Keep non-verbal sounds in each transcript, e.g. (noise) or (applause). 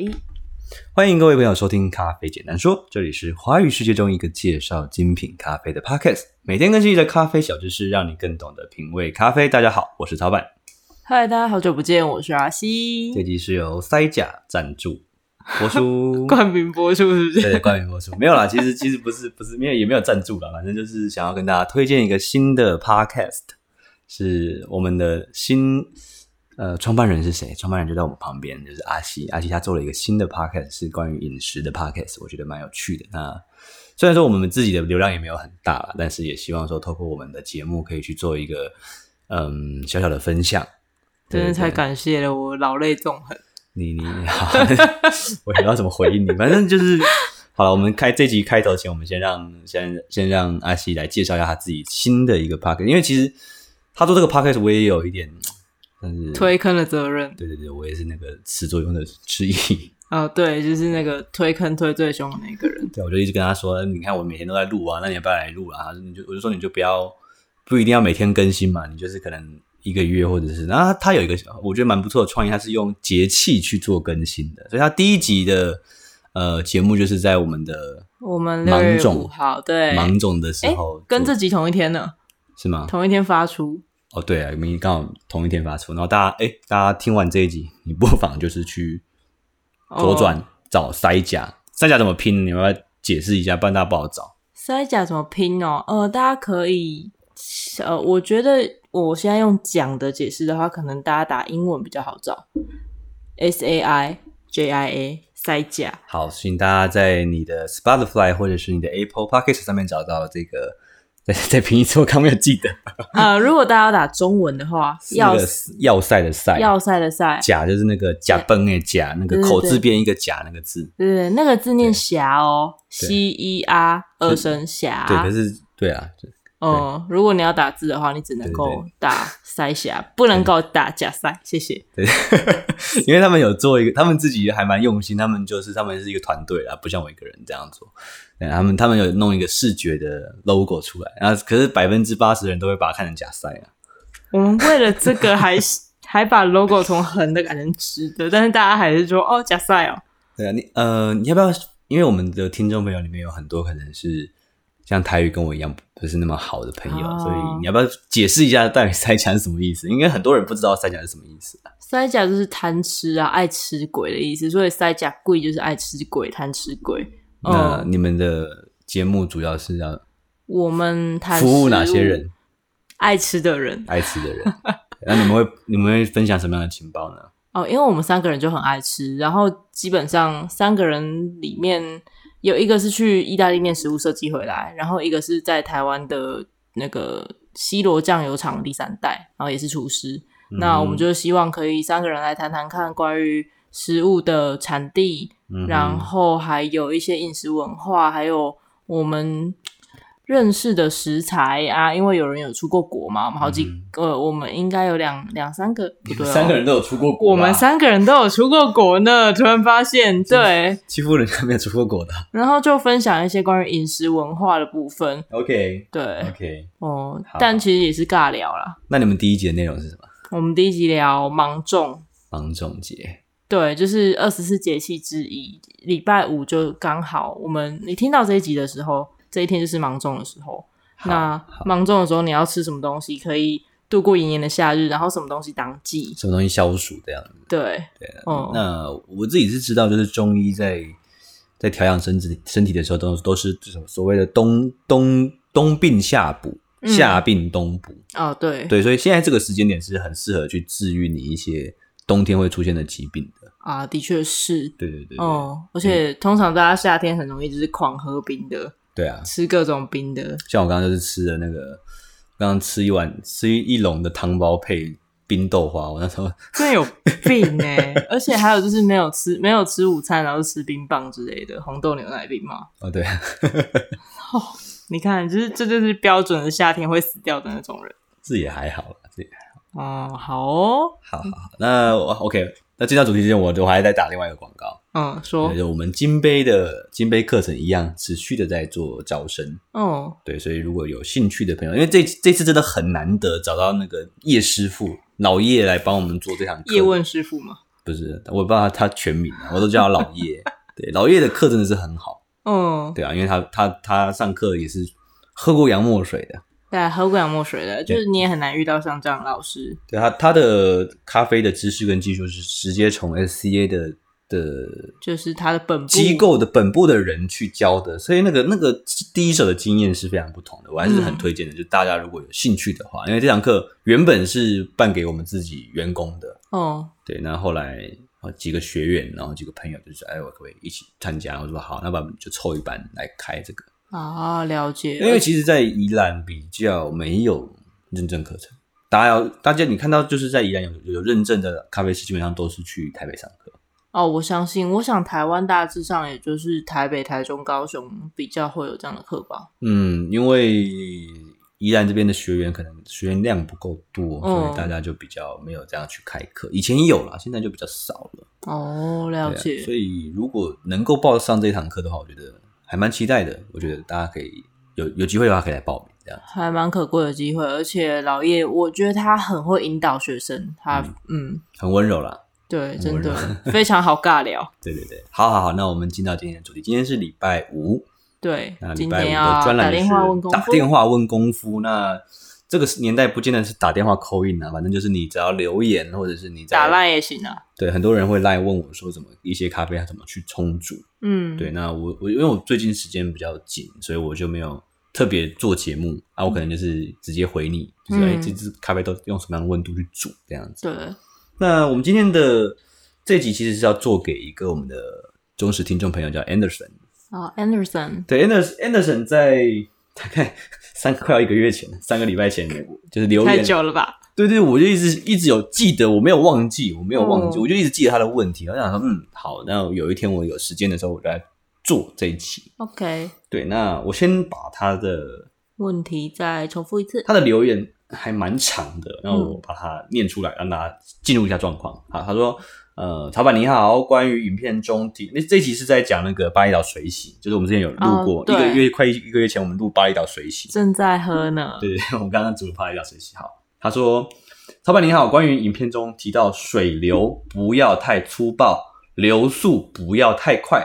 一欢迎各位朋友收听《咖啡简单说》，这里是华语世界中一个介绍精品咖啡的 podcast，每天更新一则咖啡小知识，让你更懂得品味咖啡。大家好，我是曹板，嗨，大家好久不见，我是阿西这，集是由塞甲赞助播 (laughs) 出，冠名播出是不是？对冠名播出，没有啦，其实其实不是不是，没有也没有赞助啦，反正就是想要跟大家推荐一个新的 podcast，是我们的新。呃，创办人是谁？创办人就在我们旁边，就是阿西。阿西他做了一个新的 podcast，是关于饮食的 podcast，我觉得蛮有趣的。那虽然说我们自己的流量也没有很大啦，但是也希望说透过我们的节目可以去做一个嗯小小的分享。真的对太对对感谢了，我老泪纵横。你你 (laughs) 好，我也不知道怎么回应你，反正就是好了。我们开这集开头前，我们先让先先让阿西来介绍一下他自己新的一个 podcast，因为其实他做这个 podcast 我也有一点，但是推坑的责任对对对，我也是那个始作俑者之一。啊、哦对，就是那个推坑推最凶的那个人，对，我就一直跟他说，你看我每天都在录啊，那你要不要来录啊？他说你就我就说你就不要不一定要每天更新嘛，你就是可能一个月或者是，然后他他有一个我觉得蛮不错的创意，他是用节气去做更新的，所以他第一集的呃节目就是在我们的我们六月芒种五号对，芒种的时哎候做，跟这集同一天呢，是吗？同一天发出，哦，对啊，我们刚好同一天发出，然后大家哎，大家听完这一集，你不妨就是去左转、哦找塞甲，塞甲怎么拼？你要不要解释一下？不然大家不好找。塞甲怎么拼哦？呃，大家可以，呃，我觉得我现在用讲的解释的话，可能大家打英文比较好找，S A I J I A 塞甲。好，请大家在你的 Spotify 或者是你的 Apple Podcast 上面找到这个，再再拼一次，我刚没有记得。呃，如果大家要打中文的话，要那个要塞的塞，要塞的塞，甲就是那个甲崩诶甲，那个对对口对字边一个甲那个字。对对，那个字念霞哦对，C E R 二声霞。对，可是对啊，对嗯，如果你要打字的话，你只能对够对打塞霞，不能够打假塞。谢谢。对， (laughs) 因为他们有做一个，他们自己还蛮用心，他们就是他们是一个团队啦，不像我一个人这样做。对，他们他们有弄一个视觉的 logo 出来，然后可是百分之八十的人都会把它看成假赛啊。我们为了这个还 (laughs) 还把 logo 从横的改成直的，但是大家还是说哦假赛哦，对啊，你呃，你要不要？因为我们的听众朋友里面有很多可能是像台语跟我一样不是那么好的朋友，哦所以你要不要解释一下到底塞墙是什么意思？应该很多人不知道塞墙是什么意思啊。塞甲就是贪吃啊，爱吃鬼的意思，所以塞甲贵就是爱吃鬼，贪吃鬼。那嗯，你们的节目主要是要我们贪服务哪食些物人？爱吃的人爱吃的人。 (laughs) 那你们会你们会分享什么样的情报呢？哦，因为我们三个人就很爱吃，然后基本上三个人里面有一个是去意大利面食物设计回来，然后一个是在台湾的那个西罗酱油厂第三代，然后也是厨师。 (laughs) 嗯那我们就希望可以三个人来谈谈看关于食物的产地，嗯哼然后还有一些饮食文化，还有我们认识的食材啊，因为有人有出过国嘛，我们好几、嗯呃，我们应该有两两三个，不对、哦，三个人都有出过啊国吧，我们三个人都有出过国呢， (laughs) 突然发现，对，欺负人家没有出过国的。然后就分享一些关于饮食文化的部分， OK 对， OK，哦嗯好，但其实也是尬聊啦。那你们第一集的内容是什么？我们第一集聊芒种，芒种节，对，就是二十四节气之一，礼拜五就刚好我们你听到这一集的时候，这一天就是芒种的时候。好那芒种的时候，你要吃什么东西可以度过炎炎的夏日？然后什么东西当季？什么东西消暑这样子？对，对，哦，那我自己是知道，就是中医在在调养身子身体的时候都，都是这种所谓的冬冬冬病夏补，嗯夏病冬补。哦，对，对，所以现在这个时间点是很适合去治愈你一些冬天会出现的疾病的。啊，的确是，对对嗯对，对哦，而且通常大家夏天很容易就是狂喝冰的，对啊，吃各种冰的。像我刚刚就是吃的那个，刚刚吃一碗吃一笼的汤包配冰豆花，我那时候真的有病哎、欸 (laughs) 而且还有就是没有吃没有吃午餐，然后吃冰棒之类的，红豆牛奶冰嘛。哦对， (laughs) 你看，就是这就是标准的夏天会死掉的那种人。这也还好啦，这也还哦，好哦，好好好。那我 OK，那进到主题之前，我我还在打另外一个广告。嗯，说哎对，，就我们金杯的金杯课程一样，持续的在做招生。哦，对，所以如果有兴趣的朋友，因为这这次真的很难得找到那个叶师傅老叶来帮我们做这堂课。叶问师傅嘛，不是，我不知道他全名啊，我都叫他老叶。对，老叶的课真的是很好，嗯，对啊，因为他他他上课也是喝过洋墨水的，对啊，喝过洋墨水的，就是你也很难遇到像这样的老师。对他他的咖啡的知识跟技术是直接从 SCA 的的就是他的本部机构的本部的人去教的，所以那个那个第一手的经验是非常不同的，我还是很推荐的。就大家如果有兴趣的话，因为这堂课原本是办给我们自己员工的，哦，对，那后来呃几个学员，然后几个朋友就说，哎，我可不可以一起参加？我说好，那我们就凑一班来开这个。啊，了解。因为其实，在宜兰比较没有认证课程，大家要大家你看到就是在宜兰有有认证的咖啡师，基本上都是去台北上课。哦，我相信，我想台湾大致上也就是台北、台中、高雄比较会有这样的课吧。嗯，因为宜兰这边的学员可能学员量不够多，所嗯以大家就比较没有这样去开课。以前也有啦，现在就比较少了。哦，了对啊解。所以如果能够报上这堂课的话，我觉得还蛮期待的。我觉得大家可以有有机会的话可以来报名这样。还蛮可贵的机会，而且老叶，我觉得他很会引导学生，他嗯很温柔啦。对，很真的温 (laughs) 非常好尬聊。对对对，好好好，那我们进到今天的主题，今天是礼拜五，对那，礼今拜五天的要专打栏电话问是功打夫，电话问功夫。那这个年代不见得是打电话 call in 啊，反正就是你只要留言，或者是你在打烂也行啊。对，很多人会来问我说怎么一些咖啡要怎么去冲煮。嗯，对，，那我我因为我最近时间比较紧，所以我就没有特别做节目啊，我可能就是直接回你，就是哎、嗯这支咖啡豆用什么样的温度去煮这样子。对，那我们今天的这集其实是要做给一个我们的忠实听众朋友叫 Anderson，啊，Anderson，对，Anderson Anderson 在大概 (laughs) 三快要一个月前，三个礼拜前就是留太言久了吧？对对，我就一直一直有记得，我没有忘记，我没有忘记，嗯我就一直记得他的问题。我想说，嗯，好，那有一天我有时间的时候，我就来做这一期。 OK，对，那我先把他的问题再重复一次。他的留言还蛮长的，然后嗯我把它念出来，让大家进入一下状况。好，他说，呃，老板你好，关于影片中提，那这一集是在讲那个巴厘岛水洗，就是我们之前有录过，哦一对个月快一个月前我们录巴厘岛水洗，正在喝呢，对，我们刚刚只拍一下水洗好。他说：“老板您好，关于影片中提到水流不要太粗暴，流速不要太快。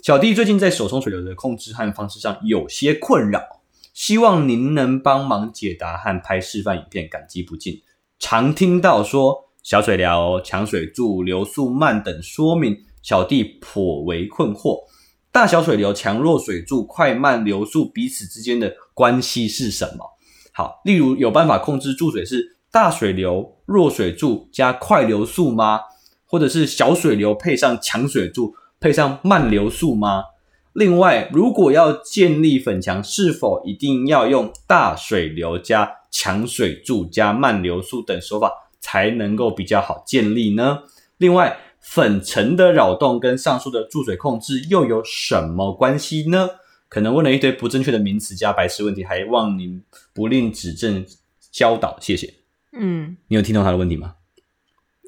小弟最近在手冲水流的控制和方式上有些困扰，希望您能帮忙解答和拍示范影片，感激不尽。常听到说小水疗、强水柱、流速慢等说明，小弟颇为困惑。大小水流、强弱水柱、快慢流速彼此之间的关系是什么？好，例如有办法控制注水是大水流、弱水柱加快流速吗？或者是小水流配上强水柱配上慢流速吗？另外，如果要建立粉墙，是否一定要用大水流加强水柱加慢流速等手法才能够比较好建立呢？另外，粉尘的扰动跟上述的注水控制又有什么关系呢？可能问了一堆不正确的名词加白痴问题，还望您不吝指正教导，谢谢。嗯，你有听懂他的问题吗？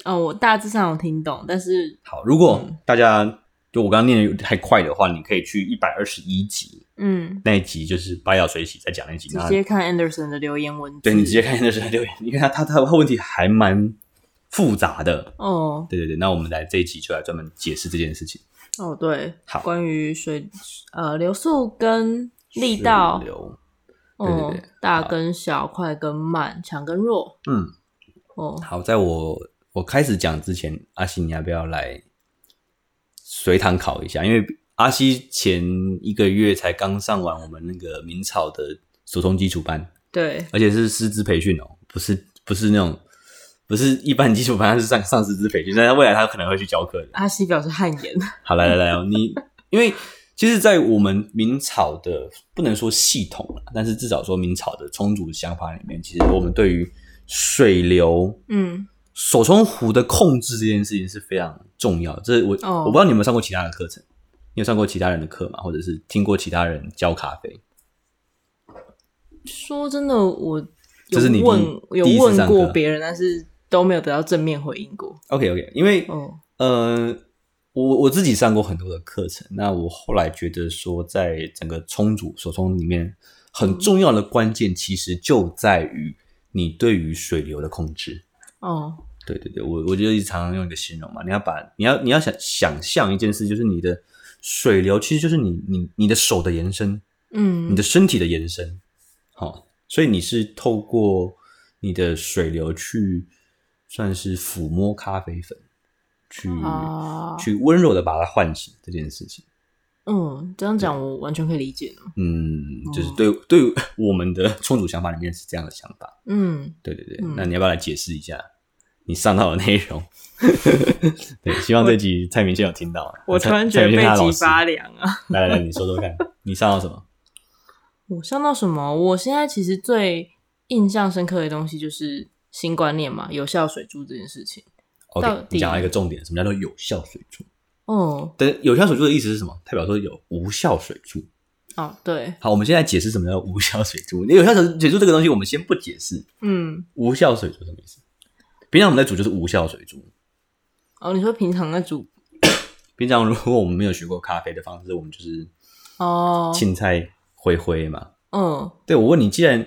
哦，我大致上有听懂，但是好，如果大家就我刚刚念的太快的话，你可以去一百二十一集嗯，那一集，就是八药水洗再讲那一集，直那接看 Anderson 的留言文字，对你直接看那是留言，你看他他他问题还蛮复杂的。哦对对对，那我们来这一集就来专门解释这件事情。哦对，好关于水呃流速跟力道水，流，对对哦对，大跟小，快跟慢，强跟弱，嗯，哦，好，在我我开始讲之前，阿西你要不要来随堂考一下？因为阿西前一个月才刚上完我们那个明朝的手冲基础班，对，而且是师资培训哦，不是不是那种不是一般基础班，他是上上师资培训，但他未来他可能会去教课的。阿西表示汗颜， (laughs) 好，来来来哦，你因为其实，在我们明朝的不能说系统了，但是至少说明朝的冲煮想法里面，其实我们对于水流嗯，手冲壶的控制这件事情是非常重要的。这我、我哦不知道你有没有上过其他的课程，你有上过其他人的课吗？或者是听过其他人教咖啡？说真的，我有这是你第问有第一次问上过课别人，但是都没有得到正面回应过， OK OK，因为、哦，呃，我我自己上过很多的课程，那我后来觉得说，在整个冲煮手冲里面，很重要的关键其实就在于你对于水流的控制。哦，对对对，我我就一直常常用一个形容嘛，你要把你要你要想想象一件事，就是你的水流其实就是你你你的手的延伸，嗯，你的身体的延伸，好、所以你是透过你的水流去算是抚摸咖啡粉，去、啊，去温柔的把它唤醒这件事情。嗯，这样讲我完全可以理解了。嗯，就是哦对、对我们的冲突想法里面是这样的想法。嗯，对对对，嗯那你要不要来解释一下你上到的内容？ (laughs) 对，希望这集蔡明宪有听到。啊我蔡突然觉得蔡明背宪他的脊老师发凉啊。来来来，你说说看，你上到什 (laughs) 么？我上到什么？我现在其实最印象深刻的东西就是新观念嘛，有效水柱这件事情。到 OK，底你讲到一个重点，什么叫做有效水柱？哦，但有效水柱的意思是什么？代表说有无效水柱。哦，对，好，我们现在解释什么叫做无效水柱。有效水水柱这个东西，我们先不解释。嗯，无效水柱什么意思？平常我们在煮就是无效水柱。哦，你说平常的煮平常如果我们没有学过咖啡的方式，我们就是哦，青菜灰灰嘛。嗯对我问你，既然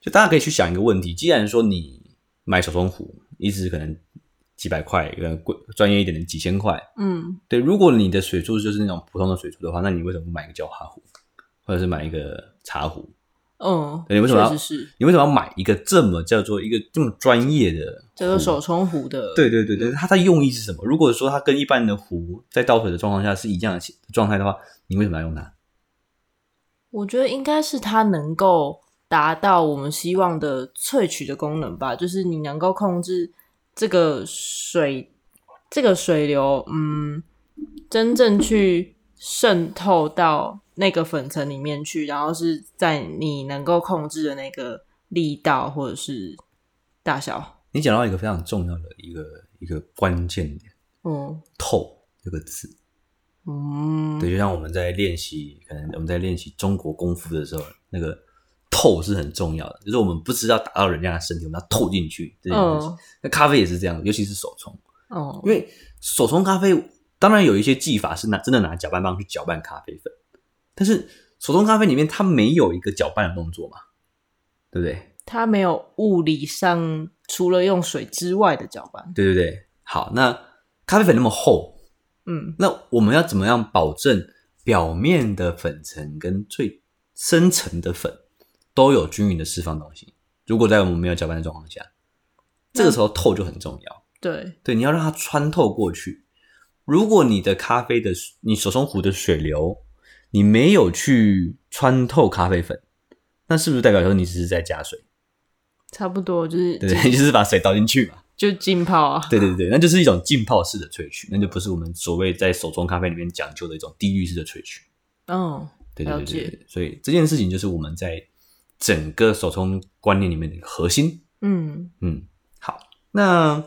就大家可以去想一个问题，既然说你买手冲壶一支可能几百块，可能贵专业一点的几千块，嗯对，如果你的水柱就是那种普通的水柱的话，那你为什么不买一个焦哈壶，或者是买一个茶壶？嗯，你为什么要确实是你为什么要买一个这么叫做一个这么专业的叫做壶手冲壶的？对对对对，它的用意是什么？如果说它跟一般的壶在倒水的状况下是一样的情状态的话，你为什么要用它？我觉得应该是它能够达到我们希望的萃取的功能吧，就是你能够控制这个水这个水流，嗯，真正去渗透到那个粉层里面去，然后是在你能够控制的那个力道或者是大小。你讲到一个非常重要的一个一个关键点哦， “透”这个字。嗯，对，就像我们在练习，可能我们在练习中国功夫的时候，那个透是很重要的，就是我们不知道打到人家的身体，我们要透进去这件事情。哦那咖啡也是这样，尤其是手冲，哦，因为手冲咖啡当然有一些技法是拿真的拿搅拌棒去搅拌咖啡粉，但是手冲咖啡里面它没有一个搅拌的动作嘛，对不对？它没有物理上除了用水之外的搅拌，对对对。好，那咖啡粉那么厚，嗯那我们要怎么样保证表面的粉层跟最深层的粉都有均匀的释放东西？如果在我们没有搅拌的状况下，这个时候透就很重要。对，对，你要让它穿透过去。如果你的咖啡的你手冲壶的水流，你没有去穿透咖啡粉，那是不是代表说你只是在加水？差不多就是对， (laughs) 你就是把水倒进 (laughs) 去嘛。就浸泡啊。对对对，那就是一种浸泡式的萃取，那就不是我们所谓在手冲咖啡里面讲究的一种地域式的萃取。嗯对对了对对解对，所以这件事情就是我们在整个手冲观念里面的一个核心。嗯嗯，好，那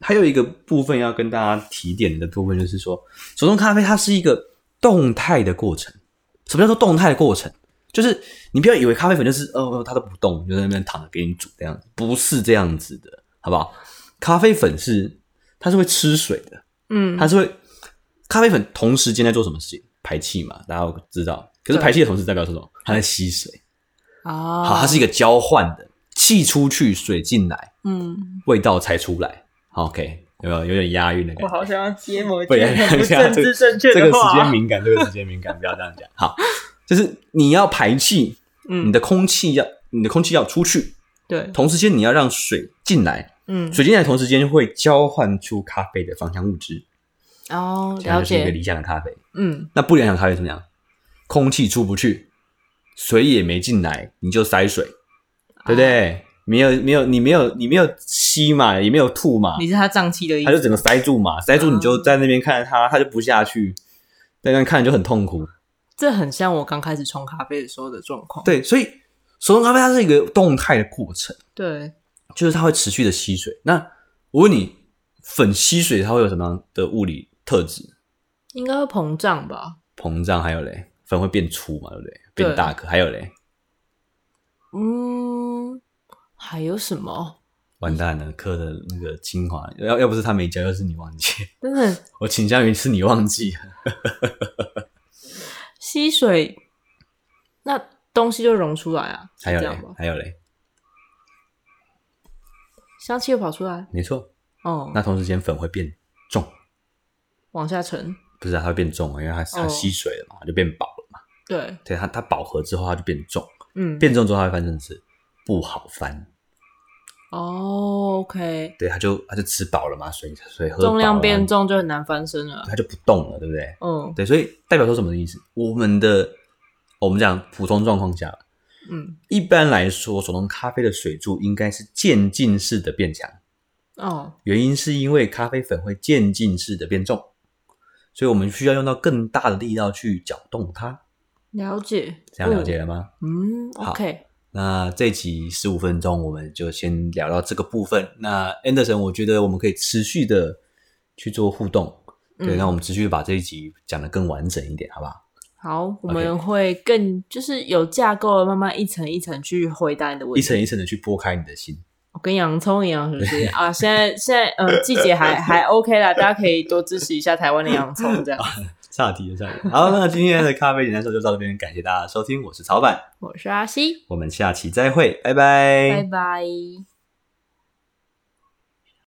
还有一个部分要跟大家提点的部分就是说，手冲咖啡它是一个动态的过程。什么叫做动态的过程？就是你不要以为咖啡粉就是哦哦它都不动，就在那边躺着给你煮这样子，不是这样子的，好不好？咖啡粉是它是会吃水的，嗯，它是会咖啡粉同时间在做什么事情？排气嘛，大家都知道。可是对排气的同时代表是什么？它在吸水。啊，好，它是一个交换哦的，气出去，水进来，嗯，味道才出来。好 OK，有没有有点押韵的感觉？想要接某一不要不要这个这个啊时间敏感，这个时间敏感，不要这样讲。好，就是你要排气，嗯你的空气要你的空气要出去，对，同时间你要让水进来，嗯，水进来的同时间会交换出咖啡的芳香物质，哦，这了样就是一个解，理想的咖啡。嗯那不良想咖啡怎么样？空气出不去，水也没进来，你就塞水，对不对？没有没有，你没有你没有吸嘛，也没有吐嘛，你是他胀气的意它就思，整个塞住嘛，塞住你就在那边看着它，它就不下去，在那边看着就很痛苦。这很像我刚开始冲咖啡的时候的状况，对，所以手动咖啡它是一个动态的过程，对，就是它会持续的吸水。那我问你，粉吸水它会有什么样的物理特质？应该会膨胀吧？膨胀，还有嘞，粉会变粗嘛，对不对？对变大颗，还有嘞，嗯，还有什么？完蛋了，刻的那个精华，要要不是他没教，要是你忘记，真的我倾向于是你忘记了。吸水，那东西就溶出来啊，是还有这嘞样吧，？还有嘞，香气又跑出来，没错，哦，那同时间粉会变重，往下沉，不是、啊、它会变重，因为它它哦吸水了嘛，它就变薄了嘛。对，对它它饱和之后它就变重，嗯，变重之后它会翻身是不好翻，哦，OK，对它就它就吃饱了嘛，水水喝饱了重量变，重就很难翻身了，它就不动了，对不对？嗯对，所以代表说什么的意思？我们的我们讲普通状况下，嗯，一般来说，手冲咖啡的水柱应该是渐进式的变强，哦，原因是因为咖啡粉会渐进式的变重，所以我们需要用到更大的力道去搅动它。了解，这样了解了吗？嗯，嗯，OK，那这集十五分钟，我们就先聊到这个部分。那 Anderson，我觉得我们可以持续的去做互动，对，嗯那我们持续地把这一集讲得更完整一点，好不好？好，我 OK 们会更就是有架构的，慢慢一层一层去回答你的问一题，层一层的去拨开你的心。我跟洋葱一样，是不是啊？现在现在 (laughs) 呃，季节还还 OK 啦，大家可以多支持一下台湾的洋葱， (laughs) 这样。岔题了，岔题。好，那今天的咖啡简单说就到这边，感谢大家的收听，我是曹板，我是阿西，我们下期再会，拜拜拜拜。